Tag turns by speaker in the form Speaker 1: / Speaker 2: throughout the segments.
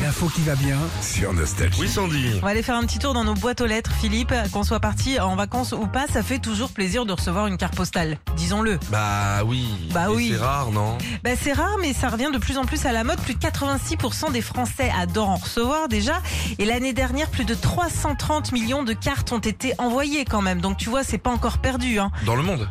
Speaker 1: L'info qui va bien sur Nostalgie.
Speaker 2: Oui, Sandy.
Speaker 3: On va aller faire un petit tour dans nos boîtes aux lettres, Philippe. Qu'on soit parti en vacances ou pas, ça fait toujours plaisir de recevoir une carte postale, disons-le.
Speaker 2: Bah oui.
Speaker 3: Bah
Speaker 2: Et
Speaker 3: oui.
Speaker 2: C'est rare, non
Speaker 3: Bah, c'est rare, mais ça revient de plus en plus à la mode. Plus de 86% des Français adorent en recevoir déjà. Et l'année dernière, plus de 330 millions de cartes ont été envoyées quand même. Donc tu vois, c'est pas encore perdu. Hein.
Speaker 2: Dans le monde.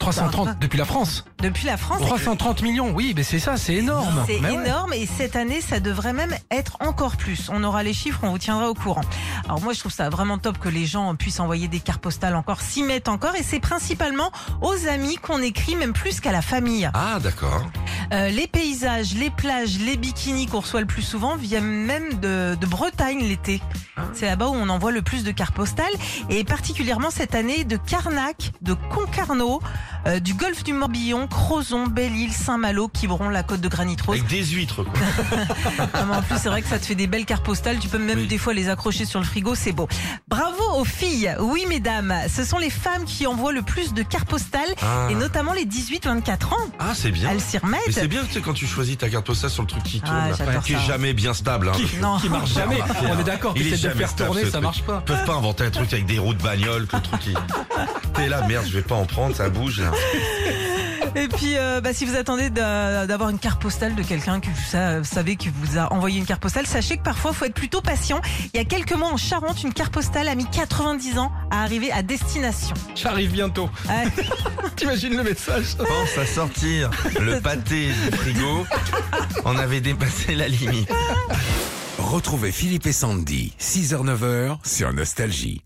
Speaker 4: 330 depuis la France.
Speaker 3: Depuis la France,
Speaker 4: 330 millions, oui, mais c'est ça, c'est énorme.
Speaker 3: C'est
Speaker 4: Mais ouais.
Speaker 3: énorme et cette année, ça devrait même être encore plus. On aura les chiffres, on vous tiendra au courant. Alors moi, je trouve ça vraiment top que les gens puissent envoyer des cartes postales encore, s'y mettent encore et c'est principalement aux amis qu'on écrit, même plus qu'à la famille.
Speaker 2: Ah, d'accord.
Speaker 3: Euh, les paysages, les plages, les bikinis qu'on reçoit le plus souvent viennent même de, de Bretagne l'été.
Speaker 4: Ah.
Speaker 3: C'est là-bas où on envoie le plus de cartes postales et particulièrement cette année de Carnac, de Concarneau, euh, du golfe du Morbihan, Crozon, Belle-Île, Saint-Malo, Quiberon, la côte de Granit Rose.
Speaker 2: Avec des huîtres, quoi.
Speaker 3: Ah, mais en plus, c'est vrai que ça te fait des belles cartes postales. Tu peux même
Speaker 2: Oui.
Speaker 3: des fois les accrocher sur le frigo, c'est beau. Bravo aux filles. Oui, mesdames, ce sont les femmes qui envoient le plus de cartes postales
Speaker 2: Ah,
Speaker 3: et notamment les 18-24 ans.
Speaker 2: Ah, c'est bien.
Speaker 3: Elles s'y
Speaker 2: Mais c'est
Speaker 3: remettent.
Speaker 2: bien, tu sais, quand tu choisis ta carte postale sur le truc qui tourne,
Speaker 3: Ah,
Speaker 2: là,
Speaker 3: j'adore
Speaker 2: qui est
Speaker 3: ça.
Speaker 2: jamais bien stable. Hein.
Speaker 3: Non.
Speaker 4: Qui marche jamais. On est d'accord,
Speaker 2: Il est
Speaker 4: essaie de le
Speaker 2: jamais
Speaker 4: faire
Speaker 2: stable,
Speaker 4: tourner,
Speaker 2: ce
Speaker 4: ça
Speaker 2: truc.
Speaker 4: marche pas.
Speaker 2: Ils peuvent pas inventer un truc avec des roues de bagnole, que le truc qui. T'es là, merde, je vais pas en prendre, ça bouge. là.
Speaker 3: Et puis, euh, bah, si vous attendez d'a- d'avoir une carte postale de quelqu'un que vous sa- savez qui vous a envoyé une carte postale, sachez que parfois, faut être plutôt patient. Il y a quelques mois en Charente, une carte postale a mis 90 ans à arriver à destination.
Speaker 4: J'arrive bientôt.
Speaker 3: Ah,
Speaker 4: T'imagines le message
Speaker 2: Pense à sortir le pâté du frigo. On avait dépassé la limite.
Speaker 1: Retrouvez Philippe et Sandy, 6h-9h sur Nostalgie.